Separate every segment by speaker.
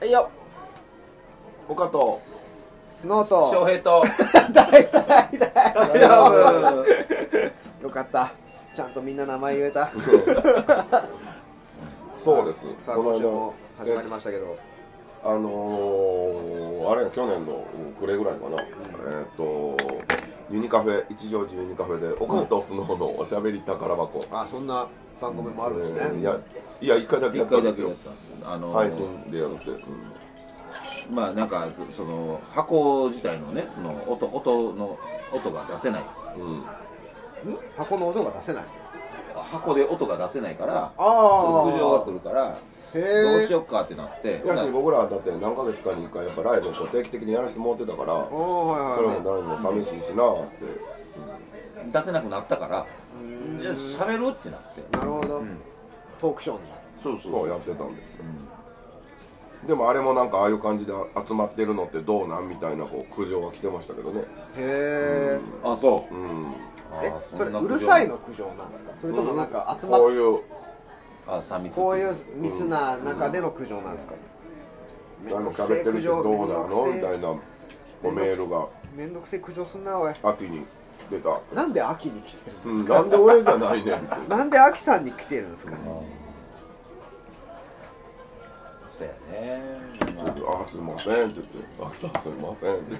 Speaker 1: はいよ
Speaker 2: 岡と
Speaker 1: スノー
Speaker 3: 翔
Speaker 1: ト
Speaker 3: 平と
Speaker 1: 大体だ
Speaker 3: 大丈夫
Speaker 1: よかったちゃんとみんな名前言えた
Speaker 2: そうです
Speaker 1: さあ
Speaker 2: この
Speaker 1: 今
Speaker 2: 間
Speaker 1: 週も始まりましたけど
Speaker 2: あのー、あれ去年のうん暮れぐらいかな、えーっとユニカフェ一条寺ユニカフェで岡とスノーのおしゃべり宝箱、
Speaker 1: あそんな番組もあるんです
Speaker 2: えーい
Speaker 1: ね
Speaker 2: やいや一回だけや
Speaker 3: 一
Speaker 2: っ
Speaker 3: 回
Speaker 2: たんで
Speaker 3: だ
Speaker 2: す
Speaker 3: けやっ
Speaker 2: よ
Speaker 3: たあの
Speaker 2: 配信でやってうん
Speaker 3: まあなんかその箱自体のねその音音の音が出せない
Speaker 2: うん
Speaker 1: 箱の音が出せない
Speaker 3: 箱で音が出せないから
Speaker 1: ああ
Speaker 3: 苦情が来るから
Speaker 1: へ
Speaker 3: どう
Speaker 1: え
Speaker 3: しよっかってなって
Speaker 2: いやし僕らだって何ヶ月かに一回やっぱライブをこう定期的にやらせてもらってたから
Speaker 1: ああはい
Speaker 2: そ
Speaker 1: はい
Speaker 2: れ
Speaker 1: はい
Speaker 2: も誰も寂しいしなーって
Speaker 3: 出せなくなったからじゃあ喋るってなって
Speaker 1: なるほど、トークショーに
Speaker 3: そう
Speaker 2: そうやってたんですよ、でもあれもなんかああいう感じで集まってるのってどうなんみたいなこう苦情が来てましたけどね
Speaker 1: へえ、
Speaker 3: あそう
Speaker 2: うん
Speaker 3: あ
Speaker 1: え
Speaker 3: ー
Speaker 1: それ
Speaker 3: んな
Speaker 1: う
Speaker 3: 苦情
Speaker 1: るさいの苦情なんですかそれともなんか集まっ
Speaker 2: こういう
Speaker 3: あー三密
Speaker 1: こういう密な中での苦情なんですか、めん
Speaker 2: あ
Speaker 1: ど
Speaker 2: の
Speaker 1: くせ
Speaker 2: 喋
Speaker 1: え
Speaker 2: ってる
Speaker 1: 苦
Speaker 2: けど
Speaker 1: 情
Speaker 2: ど
Speaker 1: め
Speaker 2: うんな
Speaker 1: どく
Speaker 2: のみ
Speaker 1: せ
Speaker 2: た
Speaker 1: え
Speaker 2: いなこうメールが
Speaker 1: めんどくせえ苦情すんなおい
Speaker 2: 秋に出た、
Speaker 1: なんで秋に来てるんで
Speaker 2: う
Speaker 1: す
Speaker 2: ん、
Speaker 1: か、
Speaker 2: なんで俺じゃないねんって
Speaker 1: なんで秋さんに来てるんですか、
Speaker 3: そうやねまあ
Speaker 2: あすいませんって言って「あさんすいません」って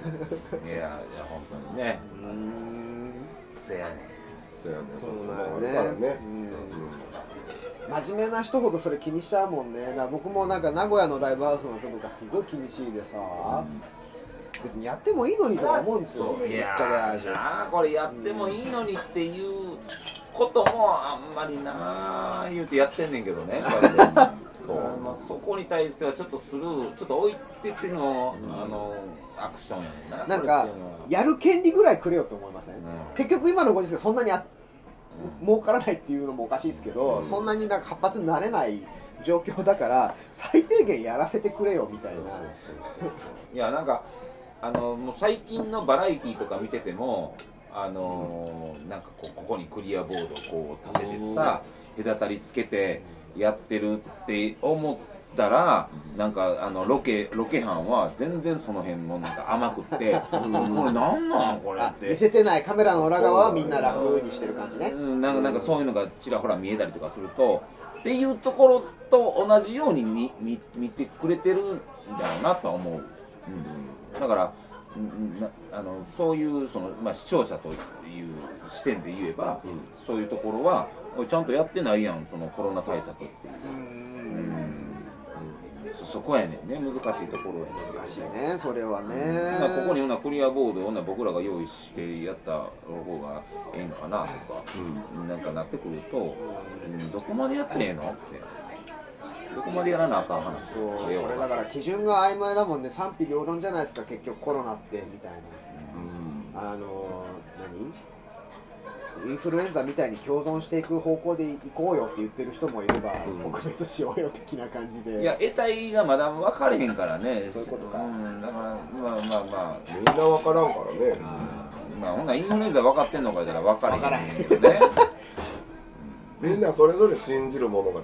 Speaker 2: 言って
Speaker 3: いやいや本当にね
Speaker 1: うーん
Speaker 3: そうやね
Speaker 2: せやねん
Speaker 1: そう
Speaker 2: の
Speaker 1: なんよ
Speaker 2: もあ
Speaker 1: ね
Speaker 2: るからね
Speaker 1: 真面目な人ほどそれ気にしちゃうもんねだから僕もなんか名古屋のライブハウスの人とかすごい気にしいでさ、別にやってもいいのにとか思うんですよぶっ
Speaker 3: い
Speaker 1: ち
Speaker 3: や
Speaker 1: ゃけない
Speaker 3: ー
Speaker 1: し
Speaker 3: なあこれやってもいいのにっていうこともあんまりなあ言うてやってんねんけど ねそうまあそこに対してはちょっとスルーちょっと置いてっての、あのアクションやねん
Speaker 1: な
Speaker 3: な
Speaker 1: んか
Speaker 3: これっていうのは
Speaker 1: やる権利ぐらいくれよと思いません、結局今のご時世そんなにあ儲からないっていうのもおかしいですけど、そんなになんか活発になれない状況だから最低限やらせてくれよみたいな
Speaker 3: うんいやなんかあのもう最近のバラエティーとか見ててもあのーなんかこうここにクリアボードをこう立ててさ隔たりつけてやってるって思ったらなんかあのロケロケ班は全然その辺もなんか甘くって「うんこれなんなんこれ」っ
Speaker 1: あ
Speaker 3: て
Speaker 1: 見せてないカメラの裏側はみんな楽にしてる感じね
Speaker 3: うん、なんかなんかそういうのがちらほら見えたりとかすると、っていうところと同じように見見見てくれてるんだろうなとは思う、うん、だからうんなあのそういうその、まあ、視聴者という視点で言えば、そういうところはおいちゃんとやってないやんそのコロナ対策っていう、うんそそこやねんね難しいところやねん
Speaker 1: 難しいねそれはね
Speaker 3: まあここにほなクリアボードをな僕らが用意してやった方がええんかなとか、なんかなってくると、うんどこまでやってええのってどこまでやらなあかん話
Speaker 1: そうこ
Speaker 3: ええわ
Speaker 1: れだから基準が曖昧だもんね賛否両論じゃないですか結局コロナってみたいなあの何インフルエンザみたいに共存していく方向で行こうよって言ってる人もいれば、撲滅しようよ的な感じで
Speaker 3: いや得体がまだ分かれへんからね
Speaker 1: そういうことか
Speaker 3: ん、だからまあまあまあ
Speaker 2: みんなわからんからね
Speaker 3: まあほんならインフルエンザ分かってんのか言ったら分かれへん
Speaker 1: 分からへん
Speaker 3: けどね
Speaker 2: みんなそれぞれ信じるものが違っ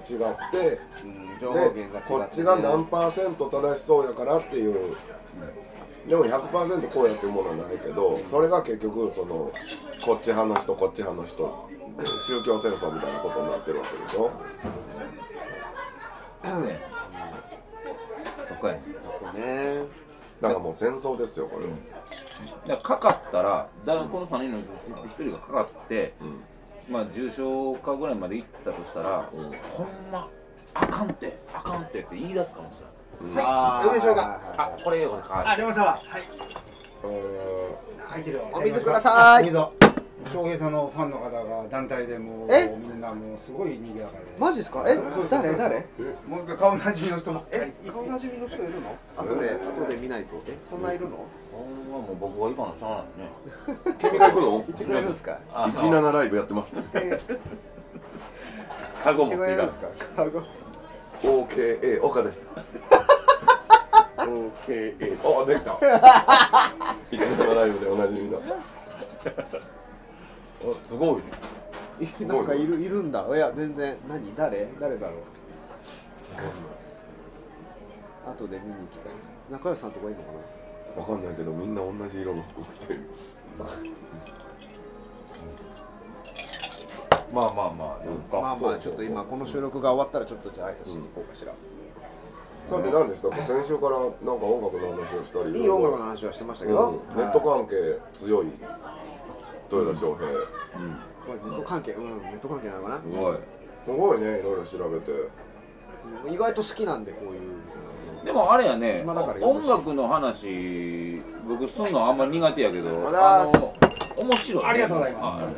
Speaker 2: て
Speaker 1: うん
Speaker 2: で
Speaker 1: 情報源が違って、ね、
Speaker 2: こっちが何パーセント正しそうやからっていうでも100%こうやっていうものはないけどそれが結局そのこっち派の人こっち派の人宗教戦争みたいなことになってるわけでしょ
Speaker 3: ねそこやね
Speaker 1: そうね
Speaker 2: だからもう戦争ですよこれ、
Speaker 3: だからかかったらだからこの3人のうち1人がかかって、まあ重症化ぐらいまでいってたとしたら、ほんまあかんてあかんてって言い出すかもしれない、
Speaker 1: あ
Speaker 4: どうでしょうか
Speaker 3: あこれよこれか
Speaker 4: あ、レモンサワー。はい。
Speaker 2: え
Speaker 4: 入ってるよ。
Speaker 1: お水ください
Speaker 4: お水を。翔平さんのファンの方が団体でもう
Speaker 1: え
Speaker 4: みんなもうすごい賑やかで。
Speaker 1: マジですかえ
Speaker 4: そうそう
Speaker 1: 誰誰
Speaker 4: もう一回顔なじみの人ばっかり
Speaker 1: え。顔なじみの人いるの後で後で見ないとえそんないるの
Speaker 3: ほんまもう僕が行かなしゃあないね
Speaker 2: ー、君が行く の
Speaker 1: 言ってくれるんですか
Speaker 3: あ
Speaker 2: 17ライブやってます
Speaker 1: え
Speaker 3: カゴ
Speaker 1: 言ってく
Speaker 3: 持って
Speaker 1: れ
Speaker 3: い
Speaker 1: る
Speaker 3: か
Speaker 1: んですか顔が
Speaker 2: OKA 岡です
Speaker 3: OKA
Speaker 2: あでき た17ライブでおなじみだ
Speaker 3: すごいね
Speaker 1: え なんかいるいるんだいや全然何誰誰だろう後で見に行きたい仲良しさんとかいいのかな
Speaker 2: わかんないけどみんな同じ色の服着てる
Speaker 3: まあまあまあやるか、
Speaker 1: まあまあちょ
Speaker 2: そうそうそう
Speaker 1: っと今この収録が終わったらちょっとじゃあ挨拶しに行こうかしら、
Speaker 2: さて何でしたか先週からなんか音楽の話をしたり
Speaker 1: いい音楽の話はしてましたけど、
Speaker 2: うんネット関係強い豊田翔平
Speaker 1: これネット関係うんネット関係なのかな、
Speaker 3: すごい
Speaker 2: すごいねいろいろ調べて
Speaker 1: 意外と好きなんでこういう
Speaker 3: でもあれやね
Speaker 1: 暇だからよろし
Speaker 3: 音
Speaker 1: い
Speaker 3: 楽の話僕すんのあんま苦手やけど
Speaker 1: まだ
Speaker 3: あの面白いね、
Speaker 4: ありがとうございます。
Speaker 3: は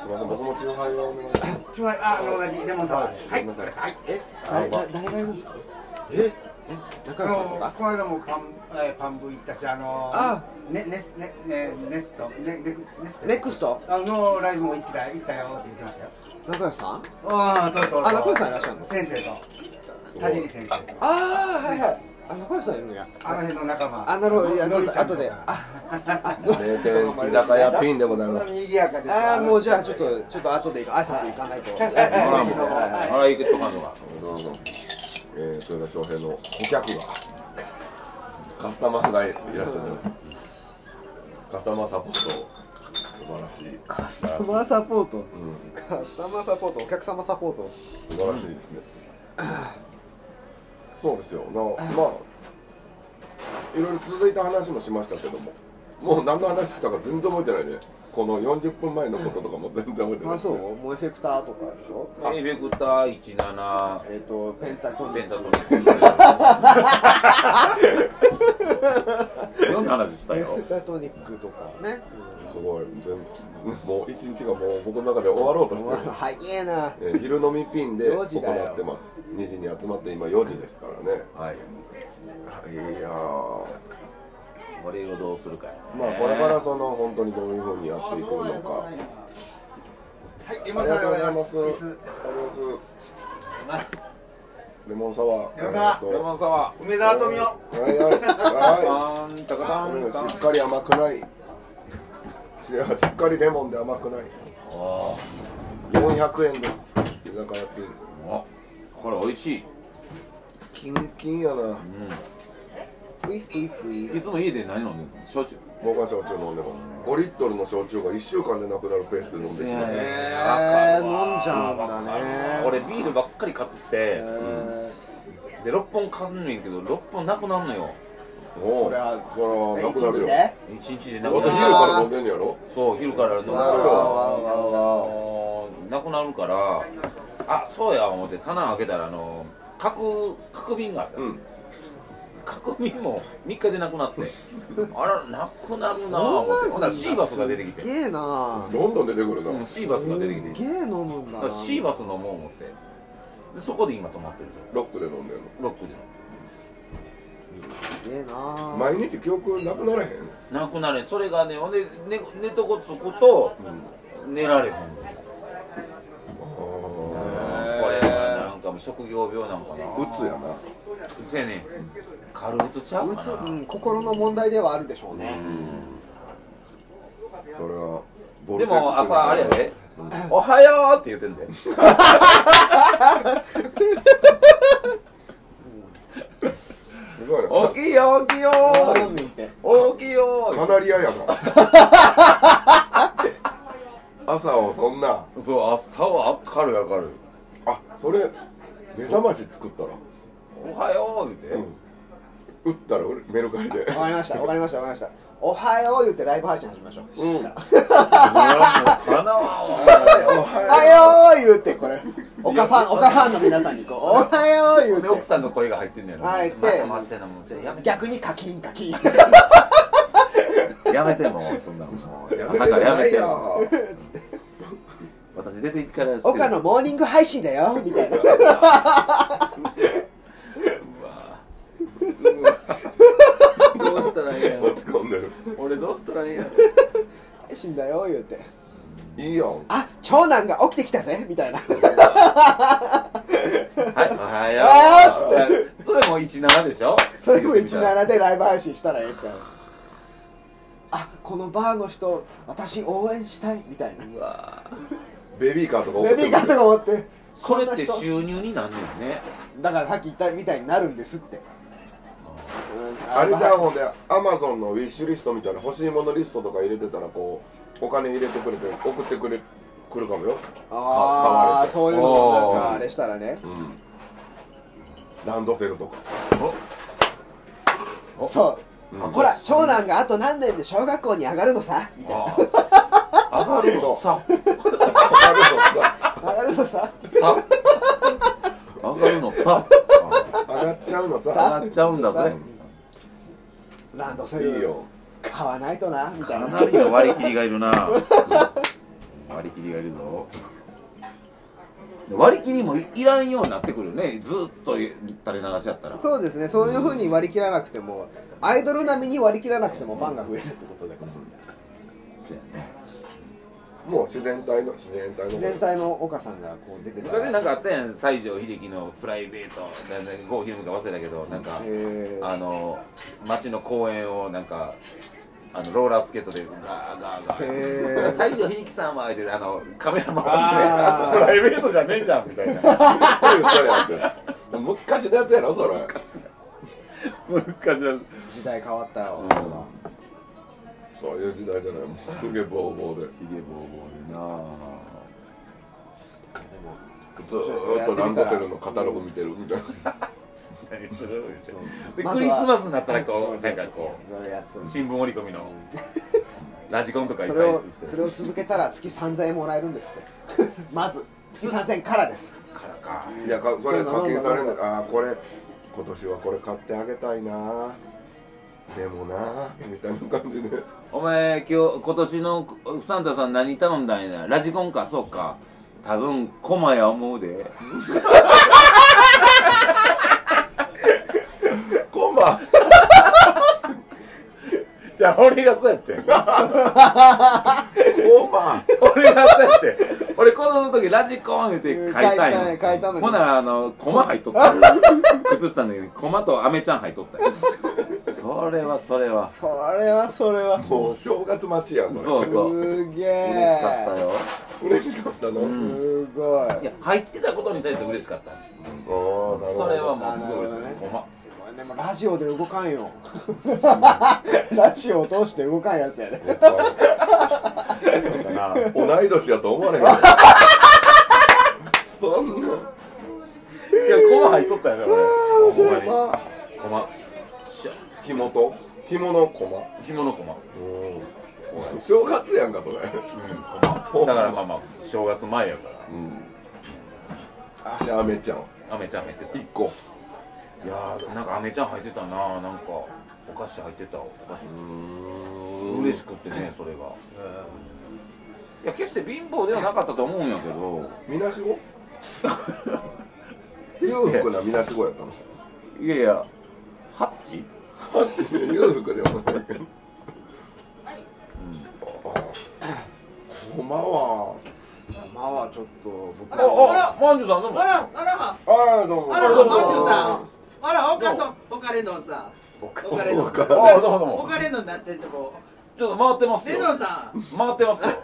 Speaker 4: すいま
Speaker 2: すいませ
Speaker 4: せん
Speaker 2: ん僕もチューハイをお願いします
Speaker 4: すいませんあ、同じレモンサワー。はい。
Speaker 2: すいません
Speaker 4: はい。
Speaker 1: え誰だ誰がいるんですか
Speaker 2: え
Speaker 1: え仲
Speaker 4: あ
Speaker 1: 良しさんと
Speaker 4: の
Speaker 1: か
Speaker 4: この間もパン、えー、パンブ行ったし、あのー、
Speaker 1: あ
Speaker 4: ね、ね、ね、ね、ネスト、ね、ネク、ネスト。
Speaker 1: ネクスト
Speaker 4: あのライブも行ってた、行ったよって言ってましたよ。
Speaker 1: 仲良しさん
Speaker 4: ああ、そうそう。
Speaker 1: あ中川さんいらっしゃるの
Speaker 4: 先生と。田尻先生と。
Speaker 1: ああはいはいあ仲良しさんいるんや
Speaker 4: あの辺の仲間。
Speaker 1: あなるほどいや
Speaker 4: のりちゃん
Speaker 1: 後で
Speaker 4: とか
Speaker 1: ああ
Speaker 2: 名店居酒屋ピンでござい
Speaker 4: そん
Speaker 2: ま
Speaker 4: な
Speaker 2: す
Speaker 4: 賑やかです。
Speaker 1: ああもうじゃあちょっとちょっと後で挨拶行かないと
Speaker 4: はい
Speaker 1: ええ
Speaker 3: あら
Speaker 1: え
Speaker 3: もう
Speaker 1: えはいはい
Speaker 3: あら行くとかんのが
Speaker 2: どうぞえー、豊田翔平の顧客がカスタマーがいらっしゃってますカスタマーサポート素晴らしいカス
Speaker 1: カスタマーサポート
Speaker 2: うん
Speaker 1: カスタマーサポートお客様サポート
Speaker 2: 素晴らしいですね、そうですよなまあいろいろ続いた話もしましたけどももう何の話したか全然覚えてないねこの40分前のこととかも全然覚えてない
Speaker 1: まあ
Speaker 2: です
Speaker 1: そ
Speaker 2: ね、
Speaker 1: うもうエフェクターとかでしょあ
Speaker 3: エフェクター17
Speaker 1: えっとペンタ トニ
Speaker 3: ペ
Speaker 1: ッ
Speaker 3: ンタト
Speaker 1: ク
Speaker 3: ニック。どんな話した
Speaker 1: ペ
Speaker 3: よ
Speaker 1: ン。タトニックとかね
Speaker 2: すごい全もう一日がもう僕の中で終わろうとしてる
Speaker 1: はげえな
Speaker 2: えー昼飲みピンで行
Speaker 1: 4時だよ
Speaker 2: ってます2時に集まって今4時ですからね
Speaker 3: はい。
Speaker 2: いやー
Speaker 3: これをどうするかやね。
Speaker 2: まあこれからその本当にどういうふうにやっていくのかあ
Speaker 4: はい、
Speaker 2: り
Speaker 4: レ
Speaker 2: が
Speaker 4: モンサワー
Speaker 2: とう
Speaker 4: で
Speaker 2: ご
Speaker 4: ご
Speaker 2: ざ
Speaker 4: ざ
Speaker 2: い
Speaker 4: い
Speaker 3: レモンサワー。
Speaker 2: まありがとうございますレモンサワーえと
Speaker 4: ますす。椅子ます。レモンサワー梅沢富美男。
Speaker 2: はいはいは
Speaker 3: あんたか
Speaker 2: い
Speaker 3: た
Speaker 2: これ
Speaker 3: ん
Speaker 2: し
Speaker 3: たん。
Speaker 2: っかり甘くないししっかりレモンで甘くない
Speaker 3: お
Speaker 2: 400円です居酒屋ピン
Speaker 3: お。これ美味しい。
Speaker 2: キンキンやな
Speaker 1: ふいふいふい
Speaker 3: いつも家で何飲んでるの？焼酎。
Speaker 2: 僕は焼酎飲んでます5リットルの焼酎が1週間でなくなるペースで飲んでしまう
Speaker 1: えー
Speaker 3: わかるわ
Speaker 1: 飲んじゃうんだね
Speaker 3: わかる俺ビールばっかり買って
Speaker 1: え、ー
Speaker 3: で6本買んねんけど6本なくなるのよ。
Speaker 2: お
Speaker 1: こ
Speaker 2: お
Speaker 1: れは
Speaker 2: これはなくな
Speaker 1: 1
Speaker 2: る
Speaker 1: 日
Speaker 2: よ
Speaker 1: で
Speaker 3: 1日で
Speaker 2: ま
Speaker 3: な
Speaker 2: た
Speaker 3: くな
Speaker 2: 昼
Speaker 3: る。
Speaker 2: から飲んでんやろ
Speaker 3: そう昼から飲むか
Speaker 1: わーわー
Speaker 3: ら。
Speaker 1: わーわーわ
Speaker 3: もうなくなるからあそうや思って棚開けたらあの角角瓶があった、
Speaker 2: うん
Speaker 3: 角瓶も3日でなくなってあらなくなるなぁ思ってほんならシーバスが出てき
Speaker 1: ーす
Speaker 3: て
Speaker 1: っげえな
Speaker 2: どんどん出てくるな、
Speaker 3: うんシーバスが出てきて
Speaker 1: すっげえ飲むん
Speaker 3: だ
Speaker 1: だ
Speaker 3: から
Speaker 1: な
Speaker 3: シーバス飲もう思ってでそこで今泊まってるんですよ
Speaker 2: ロックで飲んでる
Speaker 3: ロック
Speaker 1: すげ
Speaker 3: で
Speaker 1: えな
Speaker 2: の
Speaker 1: ー
Speaker 2: 毎日記憶なくならへん
Speaker 3: なくなれんそれがねほんで寝寝とこつくと、寝られへんこれはなんかもう職業病なんかな
Speaker 2: うつやな
Speaker 3: うつやね軽うつちゃう
Speaker 1: う
Speaker 3: か
Speaker 1: つ、
Speaker 3: な
Speaker 1: うん、心の問題ではあるでしょうね、
Speaker 2: それはボ
Speaker 3: で
Speaker 2: ルテックス
Speaker 3: も朝あれやで、おはようって言ってんで。
Speaker 2: すごいな
Speaker 3: 起きよ起きよ
Speaker 1: あー見て
Speaker 3: 起きよ
Speaker 2: カナリアやな 朝をそんな
Speaker 3: そう、朝は明るい明るい。
Speaker 2: あそれ目覚まし作ったら
Speaker 3: おはよう言うて。
Speaker 2: 打ったら俺メルカリで
Speaker 1: わかりましたわかりましたわかりましたおはよう言ってライブ配信始めましょう
Speaker 2: うんお
Speaker 3: 俺はもうかなわ
Speaker 1: お
Speaker 2: はよ
Speaker 1: はよう言ってこれおかファンおかファンの皆さんにこうおはよう言
Speaker 3: ほ
Speaker 1: うん
Speaker 3: で奥
Speaker 1: て
Speaker 3: さんの声が入ってんねやろ。
Speaker 1: はいで
Speaker 3: 松松瀬のもうちょっとやめて。
Speaker 1: 逆にカキンカキン
Speaker 3: やめてもうそんなのもう。
Speaker 2: やめ
Speaker 3: 朝
Speaker 2: てじ
Speaker 3: から
Speaker 2: ゃない
Speaker 3: やもう
Speaker 2: よ
Speaker 3: 私出て行くからですけど
Speaker 1: 岡のモーニング配信だよ みたいな
Speaker 3: うわどうしたらいいんやろ
Speaker 2: 落。ち込んでる
Speaker 3: 俺どうしたらいいんやろ。
Speaker 1: 配信だよ言うて
Speaker 2: いいよ
Speaker 1: あ長男が起きてきたぜみた いな
Speaker 3: はい、おはよう。
Speaker 1: あ
Speaker 3: それも17でしょ
Speaker 1: それも17でライブ配信したらええって話あこのバーの人私応援したいみたいな
Speaker 3: うわぁ
Speaker 2: ベビーカーとか送っ
Speaker 1: ベ
Speaker 2: て
Speaker 1: ビーカーとか持って
Speaker 3: それ
Speaker 1: こん
Speaker 3: っ
Speaker 1: な
Speaker 3: て
Speaker 1: 人
Speaker 3: 収入になんねんね
Speaker 1: だからさっき言ったみたいになるんですって
Speaker 2: あれじゃあほんでアマゾンのウィッシュリストみたいな欲しいものリストとか入れてたらこうお金入れてくれて送ってくれくるかもよ
Speaker 1: あ
Speaker 2: 買われ
Speaker 1: あ
Speaker 2: て
Speaker 1: そういうのをなんかあれしたらね
Speaker 2: ランドセルとか
Speaker 1: そう、ほら長男があと何年で小学校に上がるのさみたい
Speaker 3: ああ上がるのさ
Speaker 2: あれもさ
Speaker 1: な上がるのさ
Speaker 3: さ上がるのさ
Speaker 2: 上がっちゃう の
Speaker 3: 上
Speaker 2: さ
Speaker 3: がっちゃうんだ
Speaker 1: さ
Speaker 3: ぜ
Speaker 1: ランドセ
Speaker 2: いい
Speaker 1: ル
Speaker 2: よ
Speaker 1: 買わないとなみたいな
Speaker 3: かなりの割り切りがいるな割り切りがいるぞで割り切りもいいらんようになってくるねずっと垂れ流しやったら
Speaker 1: そうですねそういうふうに割り切らなくてもアイドル並みに割り切らなくてもファンが増えるってことだから
Speaker 3: そうやね
Speaker 2: もう自然体の自然体の
Speaker 1: 自然体の岡さんがこう出てた
Speaker 3: 昔
Speaker 1: ら
Speaker 3: なんかあったやん西城秀樹のプライベートなんだ郷ひろみか忘れたけどなんか
Speaker 1: えー
Speaker 3: あの町の公園をなんかあのローラースケートでガーガーガ
Speaker 1: へ
Speaker 3: ー
Speaker 1: ー
Speaker 3: なんか西城秀樹さんはってあのカメラ回
Speaker 1: あー
Speaker 3: ってプライベートじゃねえじゃんみたいな
Speaker 2: それやって昔のやつやろそれ
Speaker 3: 昔は
Speaker 1: 時代変わったよ、
Speaker 2: そういう時代じゃないもうすげえボーボー
Speaker 3: ひ
Speaker 2: で
Speaker 3: げぼうぼうでなあ
Speaker 1: でも
Speaker 2: ずーっとランドセルのカタログ見てるみたいな
Speaker 3: 何するみたいなで
Speaker 1: まずは
Speaker 3: クリスマスになったらこ
Speaker 1: そう
Speaker 3: う
Speaker 1: そ
Speaker 3: な
Speaker 1: うん
Speaker 3: かこ
Speaker 1: そうやつ
Speaker 3: う新聞折り込みのラジコンとかいっ
Speaker 1: そ
Speaker 3: ぱ
Speaker 1: れ
Speaker 3: い
Speaker 1: をそれ
Speaker 3: 売
Speaker 1: を
Speaker 3: って
Speaker 1: 続けたら月3000円もらえるんですって まず月3000円からです
Speaker 3: からか
Speaker 2: いやかそれ課金されるああこれ今年はこれ買ってあげたいなでもなみたいな感じで
Speaker 3: お前今日今年のサンタさん何頼んだんやラジコンかそうか多分コマや思うで
Speaker 2: コマ
Speaker 3: じゃあ俺がそうやってん
Speaker 2: コマ
Speaker 3: 俺がそうやってん俺子供の時ラジコン言って買いたいの
Speaker 1: 買いたい買いたいのに
Speaker 3: ほなあのコマ入っとった靴下の中にコマとアメちゃん入っとったよそれはそれは
Speaker 1: それはそれは
Speaker 2: もう正月待ちやんそれ
Speaker 3: そうそう
Speaker 1: すげ
Speaker 3: 嬉
Speaker 1: え
Speaker 3: しかったよ
Speaker 2: 嬉しかったの、あ
Speaker 1: すごい
Speaker 3: いや入ってたことに対して嬉しかった
Speaker 2: あなるほど
Speaker 3: それはもうすごいです
Speaker 1: なる
Speaker 3: ね
Speaker 1: ほどね
Speaker 3: ごま
Speaker 1: すごいでもラジオで動かん よラジオを通して動かんやつやね
Speaker 3: だな
Speaker 2: 同い年やと思われへんそんない
Speaker 3: やコマ入っとったよね俺ほんまに
Speaker 1: まあ
Speaker 3: コマ
Speaker 2: 紐と紐のコマ
Speaker 3: 紐のコマ
Speaker 2: うん正月やんかそれ
Speaker 3: うんだからまあまあ正月前やか
Speaker 2: でアメちゃん
Speaker 3: らアメちゃん入ってた
Speaker 2: 1個
Speaker 3: いやーなんかアメちゃん入ってたななんかお菓子入ってたお菓子嬉しくってねそれがいや決して貧乏ではなかったと思うんやけど
Speaker 2: みなしご裕福なみなしごやったの
Speaker 3: いやいやハッチ
Speaker 2: 裕福ではないけどコマは
Speaker 1: まあはちょっと僕
Speaker 3: あ
Speaker 1: は
Speaker 3: あまんじゅうさんどうも
Speaker 5: あら、あら、
Speaker 2: ああどうも
Speaker 5: あら、
Speaker 2: どうも
Speaker 5: まんじゅうさん。あら、おかさん、おかれのんさん。おかれのん。
Speaker 3: あどうもどう
Speaker 5: お
Speaker 3: も
Speaker 5: かれのんなってんとこ。
Speaker 3: ちょっと回ってます
Speaker 5: レ
Speaker 3: よ
Speaker 5: ノンさん。
Speaker 3: 回って ますよ
Speaker 5: ね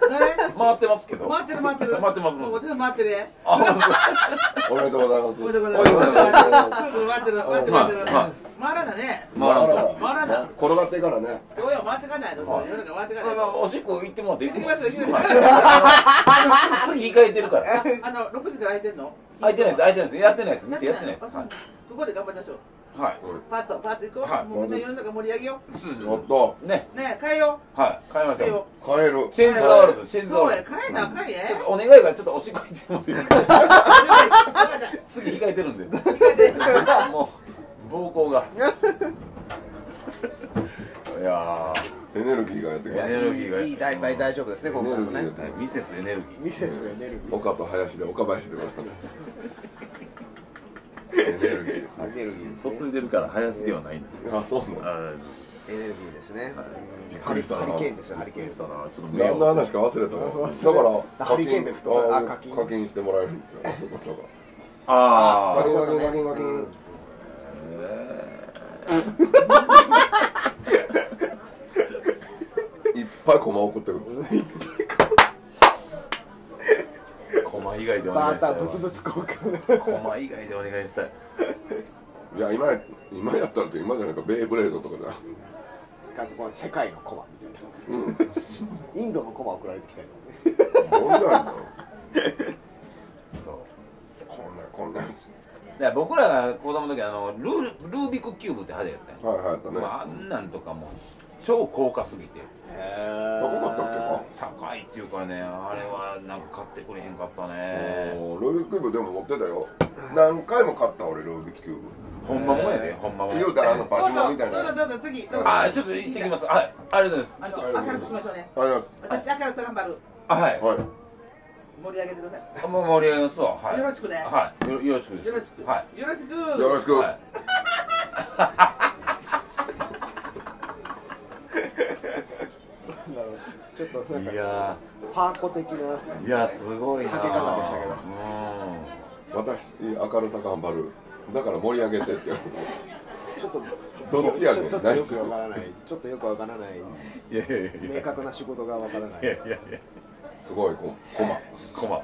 Speaker 3: 回ってますけど
Speaker 5: 回ってる回ってる。
Speaker 3: 回ってます
Speaker 5: もうちょっと回ってるね。
Speaker 3: あ本当
Speaker 2: おめでとうございます
Speaker 5: おめでとうござい
Speaker 3: おめでとうご
Speaker 5: ます。回ってる回ってる回ってる
Speaker 3: まあ
Speaker 5: 回らなね。
Speaker 3: 回らんと
Speaker 5: 回らんな
Speaker 2: 転がってからね
Speaker 5: どうよ回ってかないの。もう世の中回ってかない
Speaker 3: あの
Speaker 5: の。
Speaker 3: おしっこ行ってもらっていいです
Speaker 5: 行き
Speaker 3: か
Speaker 5: ますよ行きますよ
Speaker 3: はい次次控えてる から
Speaker 5: あの六時から空いてんの？
Speaker 3: 空いてないです空いてないですやってないです
Speaker 5: な
Speaker 3: 店やってないです
Speaker 5: あ
Speaker 3: は
Speaker 5: そうここで頑張りましょう。
Speaker 3: い、は
Speaker 5: パッとパッと行こう。
Speaker 3: はい
Speaker 5: もうみんな世の中盛り上げよ
Speaker 3: い、そうです
Speaker 2: おっと
Speaker 3: ね
Speaker 5: う。ねえ変えよ
Speaker 3: はい変えま
Speaker 5: う。
Speaker 3: し
Speaker 5: 変え
Speaker 3: ょ
Speaker 5: よ
Speaker 2: 帰る
Speaker 3: うチェーンズワールドチェー
Speaker 5: う。
Speaker 3: ンズワ
Speaker 5: そ
Speaker 3: ー
Speaker 5: う
Speaker 3: ル
Speaker 5: や
Speaker 3: ド
Speaker 5: 変えなあかんや。
Speaker 3: ちょっとお願いがあるちょっとおしっこ行ってもらっていいですか次控えてるんでもう膀胱がいや
Speaker 2: エネルギーがやってく
Speaker 1: い
Speaker 2: る
Speaker 1: や
Speaker 3: エネルギーが
Speaker 1: いいいい大体大丈夫ですね今回も
Speaker 2: エ
Speaker 1: ね
Speaker 2: ネルギー
Speaker 3: ーミセスエネルギー
Speaker 1: ミセスエネルギー
Speaker 2: 岡と林で岡林でございますエネルギーですね
Speaker 1: エネルギーですね
Speaker 3: 嫁いでるから林ではないんですよ
Speaker 2: あそうなんで
Speaker 3: あ
Speaker 1: エネルギーですね
Speaker 2: びっくりしたな
Speaker 1: ハリケーンですよハリケーン
Speaker 3: ーしたなちょっと
Speaker 2: す
Speaker 3: 目
Speaker 2: 何の
Speaker 3: を
Speaker 2: 話か忘れたわだから
Speaker 1: ハリケーンで太る
Speaker 2: あ
Speaker 1: あ
Speaker 2: 課
Speaker 1: 課
Speaker 2: 金
Speaker 1: 金
Speaker 2: してもらえるんですよだから
Speaker 3: あ
Speaker 2: 課
Speaker 3: あ
Speaker 2: 金課金課金課金いっぱい駒送ってくる
Speaker 3: 駒以外でお願
Speaker 1: バ
Speaker 3: い
Speaker 1: ー
Speaker 3: した
Speaker 1: タ
Speaker 3: い
Speaker 1: ー
Speaker 3: わ
Speaker 1: ブツブツ交換
Speaker 3: 駒以外でお願いしたい
Speaker 2: いや今や今やったらって今じゃないかベイブレードとかじゃん
Speaker 1: かつこの世界のコマみたいな、インドのコマ送られてきたり
Speaker 2: どんなんの
Speaker 3: そう
Speaker 2: こんなこんな
Speaker 3: だから僕らが子供の時あのルールルービックキューブって派手やったやん、
Speaker 2: はいはいやったね
Speaker 3: まああんなんとかも超高価すぎて
Speaker 1: へ
Speaker 2: 高かったっけか
Speaker 3: 高いっていうかねあれはなんか買ってくれへんかったね
Speaker 2: おールービックキューブでも持ってたよ何回も買った俺ルービックキューブ
Speaker 3: ほんまもんやでほんまもん
Speaker 2: 言うたらあの
Speaker 5: ど
Speaker 2: パ
Speaker 5: う
Speaker 2: チ
Speaker 5: ぞ
Speaker 2: モンみたいなありがと
Speaker 5: どうぞどうぞ次どうぞ
Speaker 3: あちょっと行ってきますはいありがとうござい
Speaker 5: あ
Speaker 3: ます
Speaker 5: の明るくしましょうね
Speaker 2: うございます
Speaker 5: 私明るさ頑張る
Speaker 3: あはい
Speaker 2: はい
Speaker 5: 盛り上げてください
Speaker 3: もう盛り上げますわはい
Speaker 5: よろしくね
Speaker 3: はいよよろしくです
Speaker 5: よろしく
Speaker 3: はい
Speaker 5: よろしく
Speaker 2: よろしく、
Speaker 3: はい
Speaker 1: なんだろうちょっとなん
Speaker 3: い
Speaker 1: か
Speaker 3: や
Speaker 1: パーコ的な
Speaker 3: ーいやすごいな
Speaker 1: かけ方でしたけど
Speaker 3: うん
Speaker 2: 私明るさ頑張るだから盛り上げてって
Speaker 1: ちょっと
Speaker 2: どっちやねん
Speaker 1: ちょっとよくわからないちょっとよくわからない
Speaker 3: いやいやいや
Speaker 1: 明確な仕事がわからない
Speaker 3: いやいやいや
Speaker 2: すごいこコマ
Speaker 3: コマ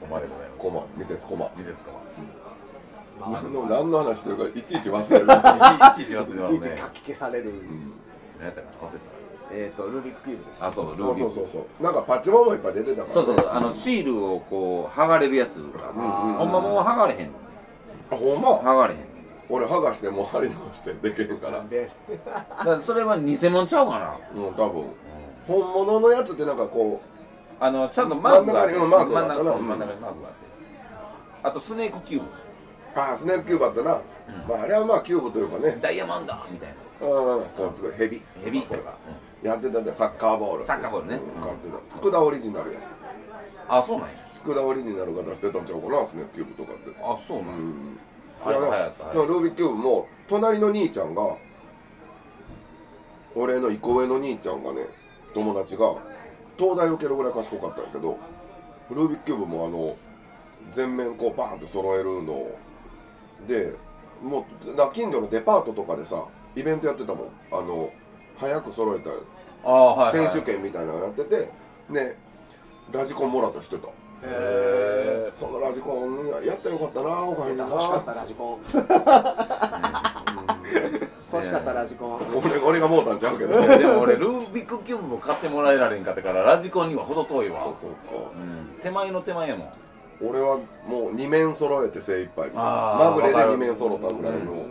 Speaker 3: コマでございます
Speaker 2: コマミセスコマ
Speaker 3: ミセスコマ
Speaker 2: 何の 何の話してるかいちいち忘 れる
Speaker 3: いちいち忘れま
Speaker 1: い
Speaker 3: す
Speaker 1: ち
Speaker 3: ね
Speaker 1: いちかき消される、
Speaker 3: 何やったかな忘れた
Speaker 1: えっ、とルービックキューブです
Speaker 3: あそうル
Speaker 2: そ
Speaker 3: ー
Speaker 2: う
Speaker 3: ビ
Speaker 2: そ
Speaker 3: ッ
Speaker 2: う
Speaker 3: ク
Speaker 2: そうそうなんかパチモンもいっぱい出てたから、ね、
Speaker 3: そうそうあのシールをこう剥がれるやつがほんまもう剥がれへん
Speaker 2: あほんま
Speaker 3: 剥がれへん
Speaker 2: 俺剥がしてもう貼り直してできるから
Speaker 1: で
Speaker 3: だからそれは偽物ちゃうかな
Speaker 2: うん多分本物のやつってなんかこ
Speaker 3: あのちゃんとマークがあって
Speaker 2: 真ん中にマークがあった
Speaker 3: 真
Speaker 2: な
Speaker 3: ん中にマークがあってあとスネークキュー
Speaker 2: うああスネークキューブあったな、まあ、あれはまあキューブというか
Speaker 3: ブ
Speaker 2: ね
Speaker 3: ダイヤモンドみたいな
Speaker 2: うんこうちょっとヘビ
Speaker 3: ヘビーこれが
Speaker 2: やってたんだよサッカーボール
Speaker 3: サッカーボールね
Speaker 2: うん買ってた佃オリジナルや
Speaker 3: あそうなんや
Speaker 2: 佃オリジナルが出してたんちゃうかなスネークキューブとかって
Speaker 3: あそうなんや
Speaker 2: うんい
Speaker 3: は
Speaker 2: や
Speaker 3: い
Speaker 2: でも
Speaker 3: はいはい
Speaker 2: そのルービックキューブも隣の兄ちゃんが俺の一個上の兄ちゃんがね友達が東大受けるぐらい賢かったんやけどルービックキューブもあの全面こうバーンって揃えるのでもうな近所のデパートとかでさイベントやってたもんあの早く揃えた
Speaker 3: あはいはい
Speaker 2: 選手権みたいなのやっててねラジコンもらったしてた
Speaker 1: へ
Speaker 2: そのラジコンやったらよかったなお
Speaker 1: え
Speaker 2: 金な
Speaker 1: 欲しかったラジコン欲しかったラジコン
Speaker 2: 俺俺がもうたんちゃうけど
Speaker 3: いやでも俺ルービックキューブも買ってもらえられんかったからラジコンには程遠いわ
Speaker 2: あそうか
Speaker 3: うん手前の手前やもん
Speaker 2: 俺はもう2面揃えて精一杯
Speaker 3: あ
Speaker 2: ま
Speaker 3: ー
Speaker 2: ぐれで2面揃ったぐらいの、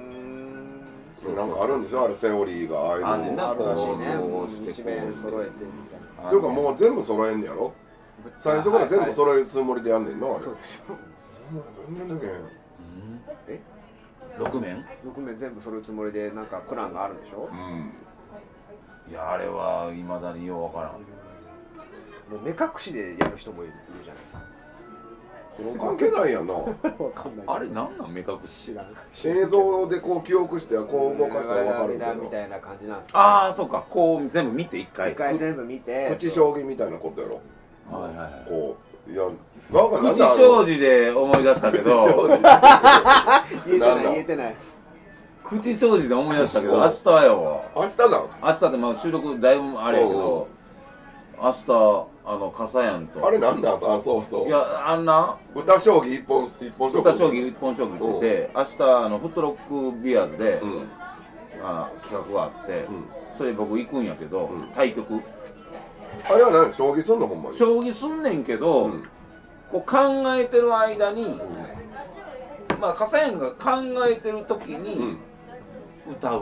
Speaker 3: そうそう
Speaker 2: なんかあるんでしょあれセオリーがああいう
Speaker 3: あんねん
Speaker 2: の
Speaker 3: な
Speaker 1: あるらしいね
Speaker 3: こうして
Speaker 1: 一面揃えてみたいな
Speaker 2: というかもう全部揃えんねやろ最初から全部揃えるつもりでやんねんなあれ
Speaker 1: そうでしょ
Speaker 2: 全然でけへん
Speaker 1: え
Speaker 3: 6面
Speaker 1: 6面全部揃うつもりでなんかプランがあるんでしょ
Speaker 2: うん
Speaker 3: いやあれはいまだにようわからん
Speaker 1: もう目隠しでやる人もいるじゃないですか
Speaker 2: この関係ないやんな
Speaker 1: わかんないけど
Speaker 3: あれなんなん目隠
Speaker 1: 知
Speaker 3: し
Speaker 1: らん
Speaker 2: 映像でこう記憶してこう動かしたら分かる
Speaker 1: み
Speaker 2: けど
Speaker 1: たいな感じなんですか
Speaker 3: ああそうかこう全部見て一回
Speaker 1: 一回全部見て
Speaker 2: 口将棋みたいなことやろ
Speaker 3: はいはいはい
Speaker 2: こういやなんかなん
Speaker 3: 口
Speaker 2: だ
Speaker 3: 障子で思い出したけ
Speaker 1: 言
Speaker 3: ど
Speaker 1: えて
Speaker 2: な
Speaker 1: なんい
Speaker 2: だ
Speaker 1: 言えてない
Speaker 3: 口障子で思い出したけど
Speaker 2: うん
Speaker 3: 明日よ
Speaker 2: 明日なん
Speaker 3: 明日ってまあ収録だいぶあれやけ
Speaker 2: おうおう
Speaker 3: ど明日あの笠やんと
Speaker 2: あれなんなんあそうそう
Speaker 3: いやあんな
Speaker 2: 歌将棋一本一本勝負
Speaker 3: 歌将棋一本勝負って言って明日あのフットロックビアーズで、
Speaker 2: うん
Speaker 3: あ企画があって、
Speaker 2: ん
Speaker 3: それ僕行くんやけど、対局
Speaker 2: あれは何将棋すんのほんまに
Speaker 3: 将棋すんねんけど、
Speaker 2: うん
Speaker 3: こう考えてる間に、まあ笠谷が考えてる時に歌う、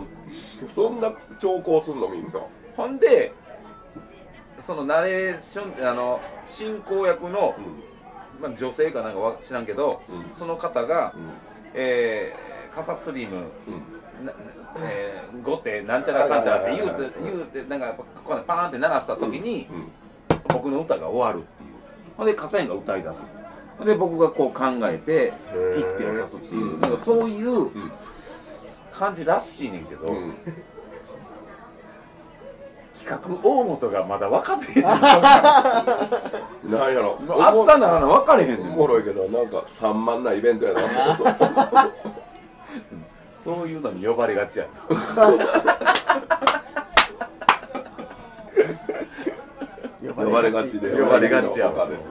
Speaker 2: そんな調校すんのみんな
Speaker 3: ほんでそのナレーションあの進行役の、まあ、女性かなんかわ知らんけど、
Speaker 2: うん
Speaker 3: その方が、
Speaker 2: ん
Speaker 3: えー、傘スリム
Speaker 2: う
Speaker 3: なえー、5手なんちゃらかんちゃらって言
Speaker 2: はいう
Speaker 3: て言うてなんかやっぱこうねパーンって鳴らした時に、
Speaker 2: ん
Speaker 3: 僕の歌が終わるっていうほんで笠井が歌い出すほんで僕がこう考えて一手を指すっていうなんかそういう感じらしいねんけど、
Speaker 2: んうん
Speaker 3: 企画大本がまだ分かってへん
Speaker 2: なんやろ
Speaker 3: 明日ならな分かれへんね
Speaker 2: お
Speaker 3: ん
Speaker 2: もろいけどなんか散漫なイベントやな
Speaker 3: そういうのに呼ばれがちやねん
Speaker 1: 呼
Speaker 2: 呼ばれがちで
Speaker 3: 呼ばれがちやわ
Speaker 2: 歌です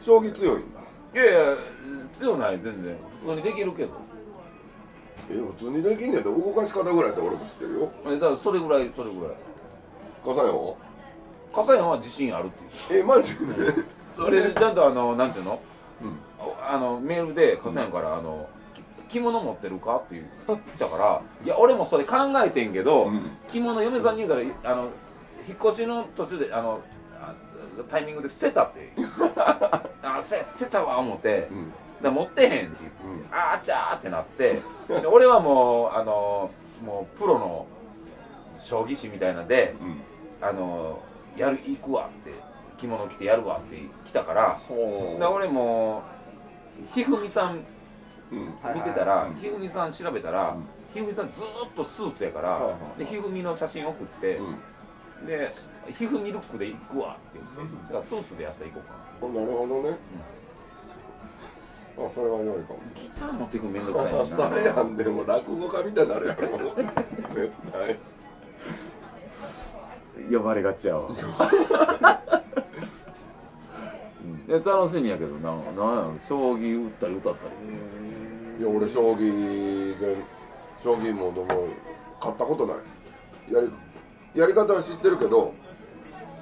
Speaker 2: 将棋強いんだ
Speaker 3: いやいや強ない全然普通にできるけど
Speaker 2: え普通にできんねんって動かし方ぐらいって俺も知ってるよ
Speaker 3: えだからそれぐらいそれぐらい
Speaker 2: 笠山は
Speaker 3: 笠山は自信あるって言って
Speaker 2: えマジで
Speaker 3: それでちゃんとあのなんていうの、ああのメールで笠山からあの、き着物持ってるかっていう来たからいや俺もそれ考えてんけど、
Speaker 2: うん
Speaker 3: 着物嫁さんに言うたらあの引っ越しの途中であのあタイミングで捨てたって あせ捨てたわ思って、
Speaker 2: ん
Speaker 3: だから持ってへんって言って、あーちゃーってなってで俺はもうあのもうプロの将棋士みたいなんで、
Speaker 2: うん
Speaker 3: あのやる行くわって着物着てやるわって来たからだから俺もひふみさん
Speaker 2: うん
Speaker 1: はい
Speaker 3: 見
Speaker 1: はい
Speaker 3: てたらひふみさん調べたらひふみさんずーっとスーツやか
Speaker 1: はい
Speaker 3: ら
Speaker 1: はい
Speaker 3: でひふみの写真送って
Speaker 2: うん
Speaker 3: でひふみルックで行くわって言ってだからスーツで明日行こうかな
Speaker 2: なるほどね、あそれは良いかもし
Speaker 3: ギター持っていくのめんどくさ
Speaker 2: れ
Speaker 3: い
Speaker 2: ない
Speaker 3: ねんな
Speaker 2: それやんでも落語家みたいになるやろ絶対
Speaker 3: 呼ばれがちや わうんいや楽しみやけどななんやろ将棋打ったり歌ったり
Speaker 2: いや俺将棋で将棋もでも買ったことないやりやり方は知ってるけど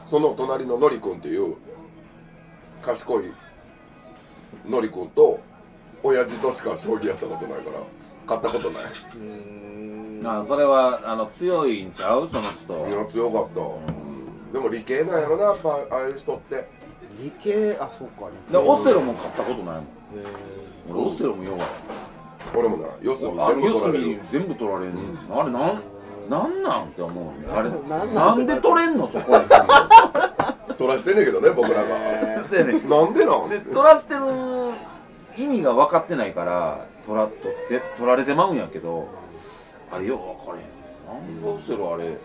Speaker 2: その隣ののりくんっていう賢いのりくんと親父としか将棋やったことないから買ったことない
Speaker 3: あそれはあの強いんちゃうその人
Speaker 2: いや強かった、でも理系なんやろなやっぱああいう人って
Speaker 1: 理系あそうか理系
Speaker 3: でオセロも買ったことないもん
Speaker 1: へー
Speaker 3: 俺オセロも弱い
Speaker 2: 俺もな四隅
Speaker 3: あ
Speaker 2: 全部
Speaker 3: 四
Speaker 2: 取られ
Speaker 3: 隅
Speaker 2: る
Speaker 3: 全部取られるねんあれなんなんなんって思うねあれ
Speaker 1: なんな
Speaker 3: なん
Speaker 1: って
Speaker 3: んで取れんのそ こに
Speaker 2: 取らしてんねんけどね僕らが
Speaker 3: そうやねん
Speaker 2: なんでなん
Speaker 3: で取らしてる意味が分かってないから取ら取って取られてまうんやけどあれよう分かれへんなんでオセロあれ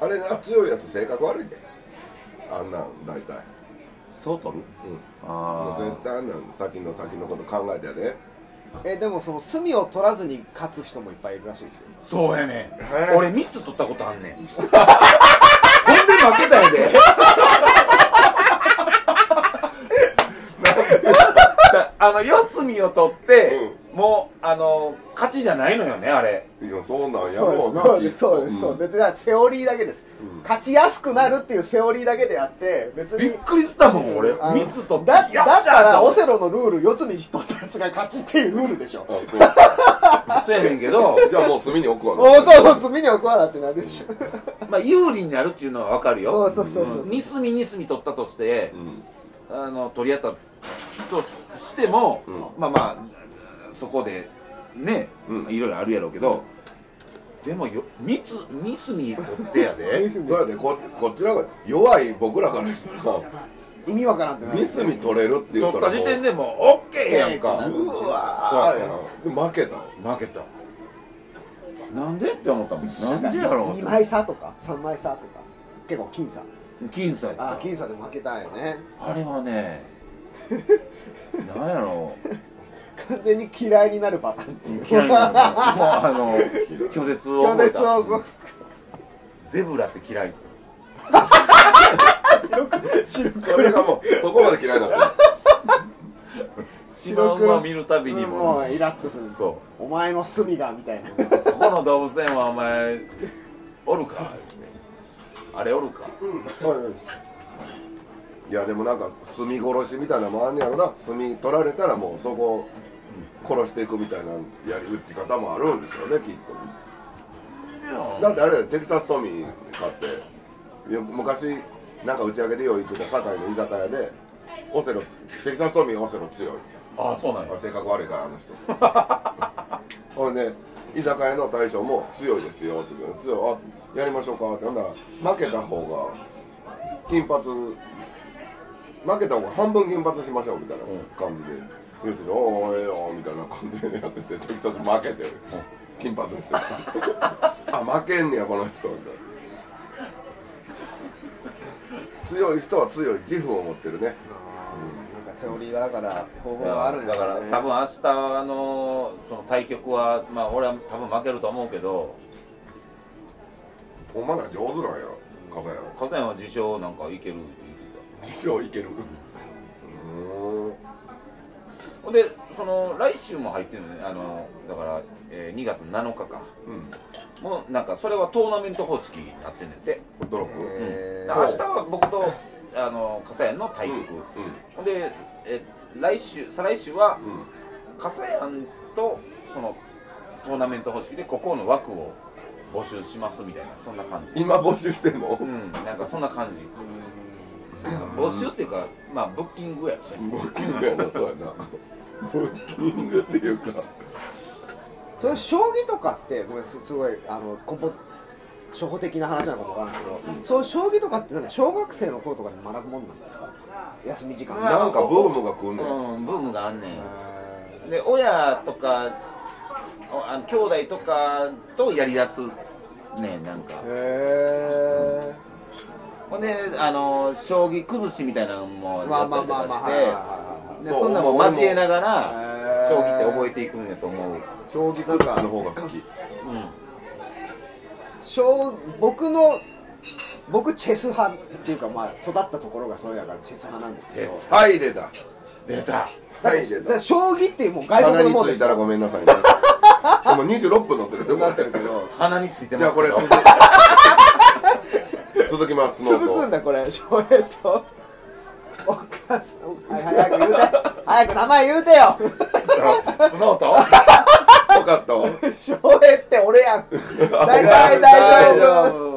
Speaker 2: あれな強いやつ性格悪いであんなん大体
Speaker 3: そう取る、あ
Speaker 2: もう絶対あんなん先の先のこと考えてやで
Speaker 1: えでもその隅を取らずに勝つ人もいっぱいいるらしいですよ
Speaker 3: あそうやね
Speaker 2: え
Speaker 3: ん俺3つ取ったことあんねんほんで負けたんやでだ あの四隅を取って、もうあの勝ちじゃないのよねあれ
Speaker 2: いやそうなんやろうな
Speaker 1: そうですそうですそうです、
Speaker 2: き
Speaker 1: そうです別に
Speaker 2: っと
Speaker 1: だからセオリーだけです、勝ちやすくなるっていうセオリーだけであって別
Speaker 3: びっ
Speaker 1: に
Speaker 3: くりしたもん俺
Speaker 1: あの
Speaker 3: 3つ取って
Speaker 1: だ
Speaker 3: よ
Speaker 1: だ
Speaker 3: っ
Speaker 1: っ
Speaker 3: しゃ
Speaker 1: たら
Speaker 3: と思
Speaker 1: オ
Speaker 3: って
Speaker 1: セロのルール四つに一つのやつが勝ちっていうルールでしょ
Speaker 2: うんあ
Speaker 3: そうやねんけど
Speaker 2: そうじゃあもう隅に置くわ
Speaker 1: おーそうそう隅に置くわなってなるでしょ
Speaker 3: まあ有利になるっていうのは分かる
Speaker 1: そう
Speaker 3: よ
Speaker 1: そうそうそう
Speaker 3: 2隅2隅取ったとして、
Speaker 2: ん
Speaker 3: あの取り合ったとししても、まあまあそこでね、
Speaker 2: うん
Speaker 3: いろいろあるやろうけど、でもよ3つ2隅取ってやで
Speaker 2: そうやでここちらが弱い僕らからしたら
Speaker 1: 意味わからんってなる
Speaker 2: ミスミ取れるって言
Speaker 3: 取
Speaker 2: っ
Speaker 3: ったた
Speaker 2: ら
Speaker 3: 時
Speaker 2: も
Speaker 3: 点
Speaker 2: う
Speaker 3: でもう OK やんか
Speaker 2: うわーやんで負けた
Speaker 3: 負けたなんでって思ったもんなんでやろ
Speaker 1: 2枚差とか3枚差とか結構僅差
Speaker 3: う僅差やった
Speaker 1: ああ僅差で負けたんよね
Speaker 3: あれはねなんやろう
Speaker 1: 完全に嫌いになるパターンですね
Speaker 3: 嫌いなのもう あの拒絶を
Speaker 1: 拒
Speaker 3: 覚え
Speaker 1: 絶
Speaker 3: た
Speaker 1: を起こす
Speaker 3: ゼブラって嫌い
Speaker 2: それがもうそこまで嫌いになった
Speaker 3: シマウマ見るたびにも
Speaker 1: もうイラッとする
Speaker 3: そ
Speaker 1: お前の隅がみたい な
Speaker 3: うここの動物園はお前おるかあれおるか
Speaker 2: いやでもなんか墨殺しみたいなのもあんねやろな墨取られたらもうそこ殺していくみたいなやり打ち方もあるんでしょうねきっとだってあれテキサストミー買ってよ昔なんか打ち上げでよ言ってた堺の居酒屋でオセロテキサストミーはオセロ強い
Speaker 3: ああそうなんや
Speaker 2: 性格悪いからあの人 ほんで居酒屋の大将も強いですよって言うから強いあやりましょうかってほんなら負けた方が金髪負けた方が半分金髪しましょうみたいな感じで言うてて「おおええよ」みたいな感じでやっててテキサス負けて金髪にして あ負けんねやこの人みたいな強い人は強い自負を持ってるね
Speaker 1: なんかセオリーがだから方法があるんや
Speaker 3: だから多分明日のその対局はまあ俺は多分負けると思うけど
Speaker 2: お前ら上手なんや笠山
Speaker 3: 河川は自称なんかいけるって
Speaker 2: 自称いける
Speaker 3: 言ってたほんでその来週も入ってるのねあのだからえー2月7日か、もうなんかそれはトーナメント方式になってんねんて、
Speaker 2: ドロップ
Speaker 1: え
Speaker 3: だから明日は僕とあの笠谷の対局、ほんでえ来週再来週は、笠谷とそのトーナメント方式でここの枠を募集しますみたいなそんな感じ
Speaker 2: 今募集してんの
Speaker 3: うんなんかそんな感じ募集っていうかまあブッキングやったね
Speaker 2: ブッキングやなそうやなブッキングっていうか
Speaker 1: それ将棋とかってごめんすすごいあの根本初歩的な話なのかもわからんけど、そういう将棋とかってなんか小学生の頃とかに学ぶもんなんですか休み時間に、
Speaker 3: まあ
Speaker 2: なんかブームが来んねん
Speaker 3: うんブームがあんねん
Speaker 1: え
Speaker 3: で親とかおあの兄弟とかとやりだすねなんか
Speaker 1: ーへ
Speaker 3: ほんであの将棋崩しみたいなのも
Speaker 1: ーま
Speaker 3: や
Speaker 1: あ
Speaker 3: っ
Speaker 1: ま
Speaker 3: た
Speaker 1: あ
Speaker 3: りと
Speaker 1: まあまあ
Speaker 3: か
Speaker 1: はいはいはいはい
Speaker 3: してでそんなのも交えながら
Speaker 1: へー
Speaker 3: 将棋って覚えていくんやと思う
Speaker 2: 将棋崩しの方が好き
Speaker 1: 小僕の僕チェス派っていうかまあ育ったところがそれだからチェス派なんですけど
Speaker 3: え
Speaker 2: はい出た
Speaker 3: 出た
Speaker 1: だっ
Speaker 2: は
Speaker 1: て
Speaker 2: い出
Speaker 1: だから
Speaker 2: た
Speaker 1: 将棋っていうもう外
Speaker 2: 鼻
Speaker 1: 国の
Speaker 2: に
Speaker 1: もん
Speaker 2: つ
Speaker 1: で
Speaker 2: い
Speaker 1: す
Speaker 2: た
Speaker 1: よ
Speaker 2: らごめんなさいねでも26分乗ってるよ
Speaker 1: なってるけど
Speaker 3: 鼻について
Speaker 2: じ
Speaker 3: ま
Speaker 2: ゃあ
Speaker 3: すけ
Speaker 2: これ
Speaker 3: ど
Speaker 2: 続続きますノー
Speaker 1: 続くん
Speaker 2: ト
Speaker 1: だこれ翔平とお母さんはい早く言うて早く名前言うてよ
Speaker 3: スノート
Speaker 2: よかったわ
Speaker 1: 翔平って俺やん大体大丈夫
Speaker 3: 夫